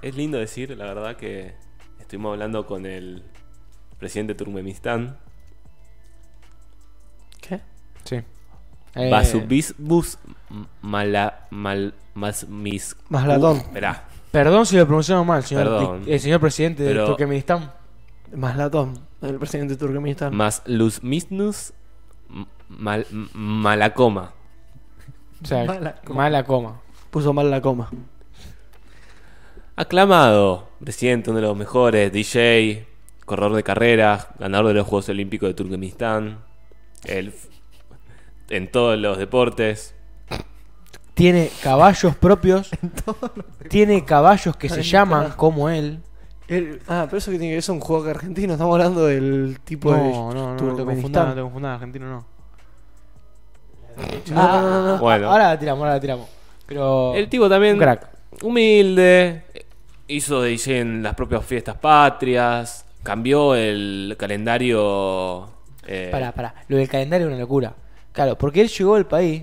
Es lindo decir, la verdad, que estuvimos hablando con el presidente de Turkmenistán, ¿Qué? Sí. Eh. Basubisbus Mala, mal, mas, mis, Maslatón. Esperá, Perdón si lo pronunciamos mal, señor, Perdón. el señor presidente de Pero- Turkmenistán. Maslatón, el presidente de Turkmenistán. más luz misnus mal, m- malacoma. O sea, Mala mala coma. coma. Puso mal la coma. Aclamado, presidente, uno de los mejores, DJ, corredor de carreras, ganador de los Juegos Olímpicos de Turkmenistán, el f- en todos los deportes. Tiene caballos propios. Tiene caballos que se Ay, llaman carajo. como él. El- ah, pero eso que tiene que ver es un juego que argentino. Estamos hablando del tipo de No, no, no, no te confundas, no Turkmenistán. te confundas, argentino no. No, no, no, no. Bueno. Ah, Ahora la tiramos, ahora la tiramos. Pero. El tipo también Un crack. humilde, hizo de DJ en las propias fiestas patrias, cambió el calendario... eh, Pará, pará. Lo del calendario es una locura. Claro, porque él llegó al país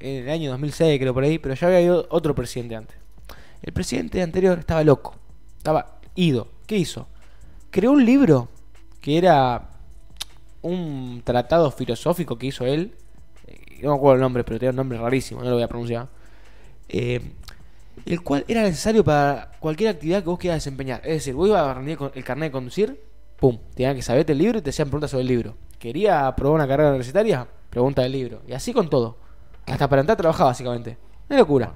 en el año 2006, creo por ahí, pero ya había ido otro presidente antes. El presidente anterior estaba loco. Estaba ido. ¿Qué hizo? Creó un libro que era un tratado filosófico que hizo él. Eh, No me acuerdo el nombre, pero tenía un nombre rarísimo, no lo voy a pronunciar. Eh, el cual era necesario para cualquier actividad que vos quieras desempeñar. Es decir, vos ibas a rendir con el carnet de conducir, pum, tenías que saberte el libro y te hacían preguntas sobre el libro. ¿Quería probar una carrera universitaria? Pregunta del libro. Y así con todo. Hasta para entrar a trabajar, básicamente. Una locura.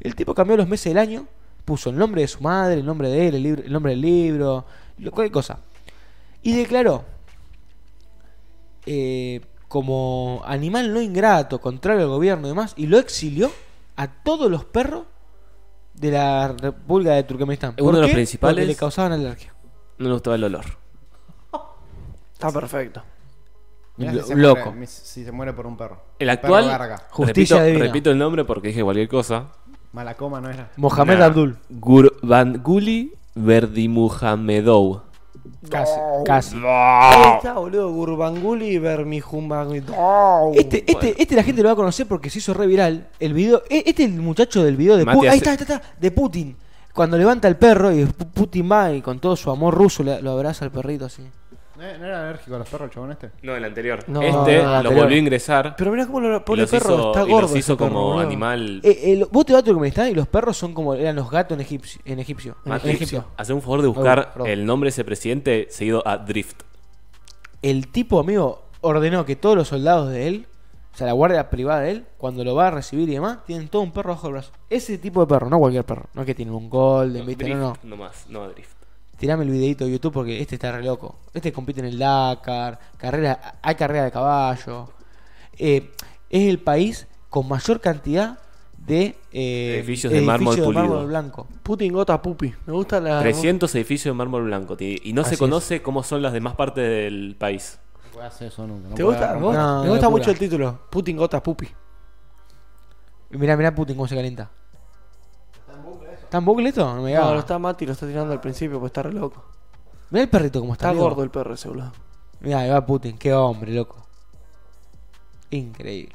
El tipo cambió los meses del año, puso el nombre de su madre, el nombre de él, el, libro- el nombre del libro, lo- cualquier cosa. Y declaró eh, como animal no ingrato, contrario al gobierno y demás, y lo exilió a todos los perros de la República de Turkmenistán. Uno de los principales- Porque le causaban alergia. No le gustaba el olor. Está perfecto. Mirá Lo- si se loco. muere- si se muere por un perro. El perro actual... garga. Justicia repito, divina. repito el nombre porque dije cualquier cosa. Malacoma no era. Mohamed Nah. Abdul. Gurbanguly Verdimuhamedov. Casi, casi. Ah. Ahí está, boludo. Gurbanguli, Bermijumbangulit. Ah. Este, este, este la gente lo va a conocer porque se hizo re viral. El video, e- este es el muchacho del video de Mati Putin. Ahí hace- está, ahí está, ahí está, de Putin. Cuando levanta el perro y Pu- Putin va y con todo su amor ruso le- lo abraza al perrito así. ¿No no era alérgico a los perros, el chabón este? No, el anterior. No, este no, el lo anterior. volvió a ingresar. Pero mirá cómo lo y pone los perro. hizo, está y gordo. los hizo ese perro, como boludo. animal. Eh, eh, vos te vas a Turkmenistán y los perros son como eran los gatos en, egipcio, en egipcio. Mati, En Egipto. Hace un favor de buscar Oh, perdón. el nombre de ese presidente seguido a Drift. El tipo, amigo, ordenó que todos los soldados de él, o sea, la guardia privada de él, cuando lo va a recibir y demás, tienen todo un perro bajo el brazo. Ese tipo de perro, no cualquier perro. No es que tiene un golden, ¿viste? Drift, No, no. nomás, no a Drift. Tirame el videito de YouTube porque este está re loco. Este compite en el Dakar, carrera, hay carrera de caballo. Eh, es el país con mayor cantidad de eh, Edificios de mármol pulido. blanco. Putin gota pupi. Me gusta la. 300 edificios de mármol blanco. tiene- Y no Así se es. conoce cómo son las demás partes del país. No puede hacer eso nunca. no ¿Te puede gusta? agarrar ¿Vos? un No, Me gusta locura. mucho el título. Putin gota pupi. Y mirá, mirá Putin cómo se calienta. ¿Está en bucle esto? No me digas. No, lo está Mati, lo está tirando al principio, pues está re loco. Mirá el perrito cómo está. Está amigo. gordo el perro ese, boludo. Mirá, ahí va Putin. Qué hombre, loco. Increíble.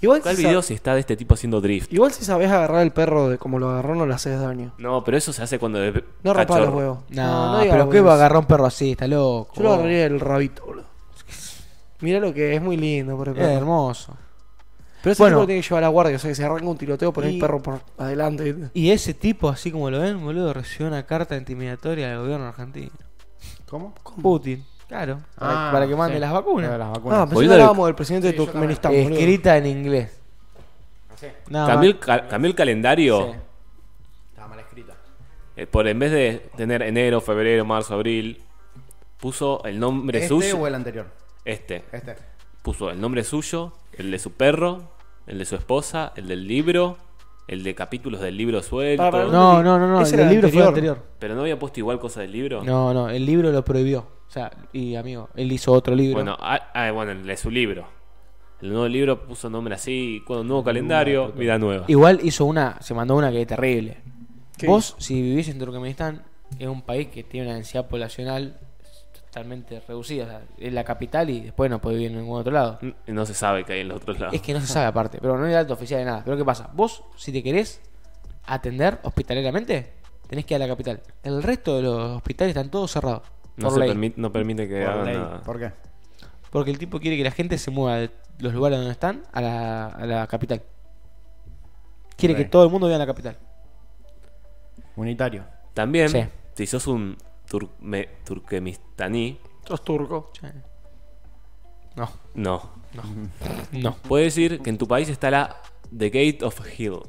Igual ¿Cuál si, video sab- si está de este tipo haciendo Drift? Igual si sabés agarrar el perro de como lo agarró, no le haces daño. No, pero eso se hace cuando... de- No rompa cachorro. los huevos. No, digas pero ¿qué va a boludeces. agarrar Oh. un perro así? Está loco. Yo lo agarraría el rabito, boludo. Mira lo que es, muy lindo por el Es perro. hermoso. Pero ese Bueno. tipo lo tiene que llevar a la guardia, o sea que se arranca un tiroteo por el Y- perro por adelante. ¿viste? Y ese tipo, así como lo ven, boludo, recibió una carta intimidatoria del gobierno argentino. perro. ¿Cómo? Putin, claro. Para, Ah, para que mande sí. las Lo de vacunas. las Ah, vacunas. pensé que Boludo, hablábamos del presidente Sí, de yo también. Turkmenistán, boludo. Escrita en inglés. Sí, Nada Cambió el, más. ca- cambió el calendario. Sí. estaba mal escrita. Eh, por en vez de tener enero, febrero, marzo, abril, puso el nombre ¿Este suyo. o el anterior? Este. Este. Puso el nombre suyo, el de su perro, el de su esposa, el del libro, el de capítulos del libro suelto. Para- para- No, no, no, no. Ese El, era el libro fue anterior. anterior. Pero no había puesto igual cosa del libro. No, no, el libro lo prohibió. O sea, y amigo, él hizo otro libro. Bueno, ah, ah, bueno, el de su libro. El nuevo libro puso nombre así, cuando nuevo calendario, vida nueva. Igual hizo una, se mandó una que es terrible. ¿Qué Vos, si vivís en Turkmenistán, es un país que tiene una densidad poblacional totalmente reducida. O sea, es la capital y después no podés vivir en ningún otro lado. N- No se sabe qué hay en los otros lados. Es que no se sabe aparte, pero no hay datos oficial de nada. Pero ¿qué pasa? Vos, si te querés atender hospitaleramente, tenés que ir a la capital. El resto de los hospitales están todos cerrados. No, por se ley. permite, Eh, no permite que Por hagan ley. nada. ¿Por qué? Porque el tipo quiere que la gente se mueva de los lugares donde están a la, a la capital. Quiere Ok. que todo el mundo vaya a la capital. Unitario. También, Sí. si sos un turme- turkmenistaní, Sos turco. No, no. no. Puedes decir que en tu país está la The Gate of Hell,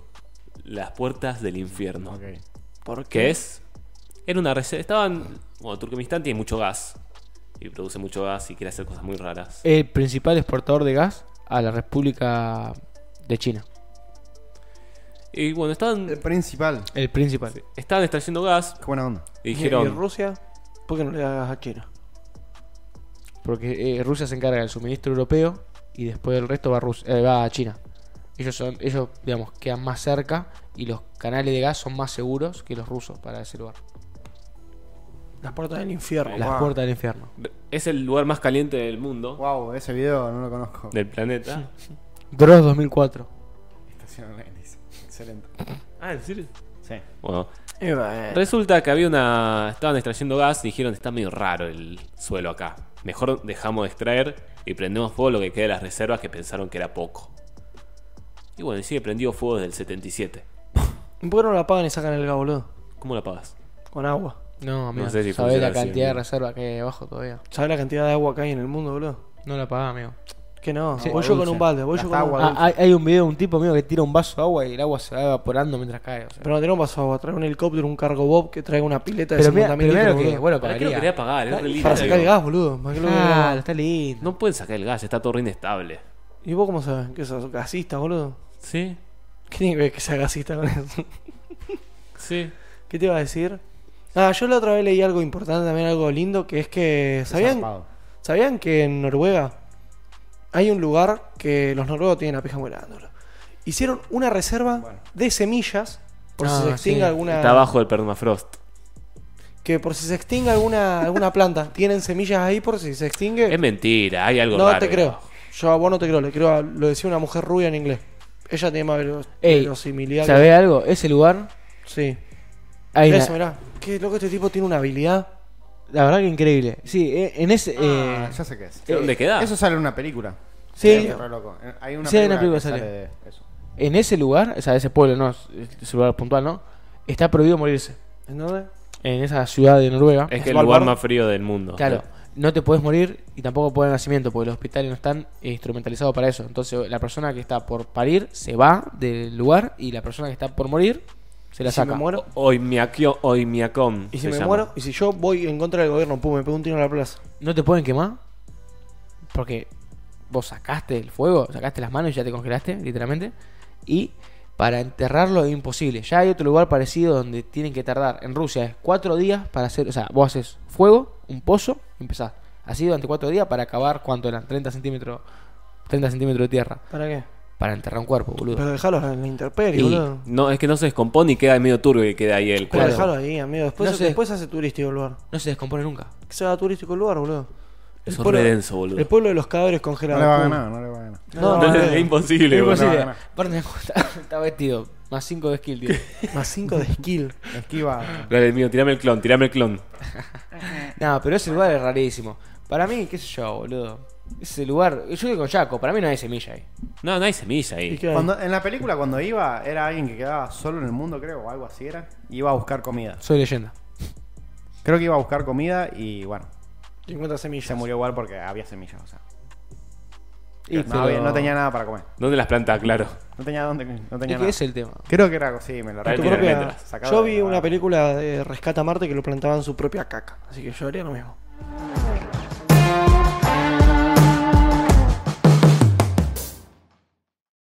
las puertas del infierno. Ok. ¿Por que es era una reserva estaban bueno Turkmenistán tiene mucho gas y produce mucho gas y quiere hacer cosas muy raras El principal exportador de gas a la República de China. y bueno El estaban principal. El principal. estaban extrayendo gas Qué buena onda. y ¿Y- ¿Y dijeron Rusia? ¿Por qué no le hagas a China? Porque eh, Rusia se encarga del suministro europeo y después el resto va a, Rus- eh, va a China. Ellos, son, ellos, digamos, quedan más cerca y los canales de gas son más seguros que los rusos para ese lugar. Las puertas del infierno. Las Wow. puertas del infierno. es el lugar más caliente del mundo Wow, ese video no lo conozco. del planeta Dross 2004. Estación Online, dice. Excelente. ah en serio Sí. bueno Eh, bueno. resulta que había una estaban extrayendo gas y dijeron está medio raro el suelo acá mejor dejamos de extraer y prendemos fuego lo que queda de las reservas que pensaron que era poco y bueno y sigue prendido fuego desde el 77 ¿Por qué no la apagan y sacan el gas, boludo? ¿cómo la apagas? Con agua. No, amigo. No sé si sabés funciona la así, cantidad de amigo. reserva que hay abajo todavía. ¿Sabes la cantidad de agua que hay en el mundo, boludo? No la pagaba, amigo. Que no. Sí. voy yo con Dulce. un balde, voy yo Las con un aguas Ah, balde. dulces. hay, hay un video de un tipo mío que tira un vaso de agua y el agua se va evaporando mientras cae. o sea. Pero no tenemos vaso de agua, trae un helicóptero, un cargo bob que trae una pileta de Pero mira, 50.000 pero mira litros. lo que. boludo. Bueno, ¿Para qué lo pagaría. quería pagar? Es re lindo, Para sacar el digo. gas, boludo. ¿Para qué lo Claro, que- Ah, está lindo. No pueden sacar el gas, está todo re inestable. ¿Y vos cómo sabes? ¿Qué sos gasista, boludo? Sí, ¿Qué tiene que ver que sea gasista con eso? sí. ¿Qué te iba a decir? Ah, yo la otra vez leí algo importante, también algo lindo, que es que. ¿Sabían, Zarpado. ¿Sabían que en Noruega hay un lugar que los noruegos tienen la pija muy grande, boludo? Hicieron una reserva Bueno. de semillas por Ah, si se extingue sí. alguna. Está abajo del permafrost. Que por si se extingue alguna, alguna planta. Tienen semillas ahí por si se extingue. Es mentira, hay algo no raro. te ahí creo. abajo. Yo a vos no te creo. Le creo a- lo decía una mujer rubia en inglés. Ella tiene más velo- Ey, verosimiliar. que- ¿Sabés algo? Ese lugar. Sí. Hay una- Eso, mirá. Qué loco este tipo tiene una habilidad. la verdad que increíble. Sí, eh, en ese. Ah, eh, ya sé qué es. ¿De dónde queda? Eso sale en una película. sí, Es re loco. Eh, Hay una Sí, hay película, una película que sale. sale de eso. en ese lugar, o sea, ese pueblo, no, ese lugar puntual, ¿no? Está prohibido morirse. ¿En dónde? En esa ciudad de Noruega. Es ¿Es que el Svalbard? lugar más frío del mundo. Claro, no te puedes morir y tampoco puede nacimiento, porque los hospitales no están eh, instrumentalizados para eso. Entonces, la persona que está por parir se va del lugar y la persona que está por morir se la ¿Y si saca. me muero? Hoy miacom. Hoy miacom. ¿Y si me muero? ¿Y si yo voy en contra del gobierno? Pum, me pego un tiro en la plaza. ¿No te pueden quemar? Porque vos sacaste el fuego, sacaste las manos y ya te congelaste, literalmente. Y para enterrarlo es imposible. Ya hay otro lugar parecido donde tienen que tardar. En Rusia es cuatro días para hacer. O sea, vos haces fuego, un pozo, y empezás. Así durante cuatro días para acabar, ¿cuánto eran? 30 centímetros. 30 centímetros de tierra. ¿Para qué? Para enterrar un cuerpo, boludo. Pero dejalos en la intemperie, Y- boludo. No, es que no se descompone y queda medio turbio y queda ahí el Pero cuerpo. Claro. dejalos ahí, amigo. Después, No sé. después se hace turístico el lugar. No se descompone nunca. Que se haga turístico el lugar, boludo. Eso El es re pueblo- denso, boludo. El pueblo de los cadáveres No congelados. le va a Pum. ganar, no le va a ganar. No, No, no, es imposible, boludo. Imposible. no, no. Aparte, está vestido. Más 5 de skill, tío. Más 5 de skill. Esquiva. Dale, mío, tirame el clon, tirame el clon. No, pero ese lugar es rarísimo. Para mí, qué sé yo, boludo. Ese lugar, yo estoy con Jaco, para mí no hay semilla ahí. No, no hay semilla ahí. ¿Y qué hay? Cuando- en la película cuando iba era alguien que quedaba solo en el mundo, creo, o algo así era. Iba a buscar comida. Soy leyenda. Creo que iba a buscar comida y bueno, 50 semillas. se murió igual porque había semillas, o sea. Y no, pero- había- no tenía nada para comer. ¿Dónde las plantas? Claro. No tenía dónde, no Es tenía que nada. ese es el tema. Creo que era algo así, me lo Ahí Tu recuerdo. tiene propia- letras. Sacado Yo de vi la- una película de Rescata Marte que lo plantaban su propia caca. Así que yo haría lo mismo.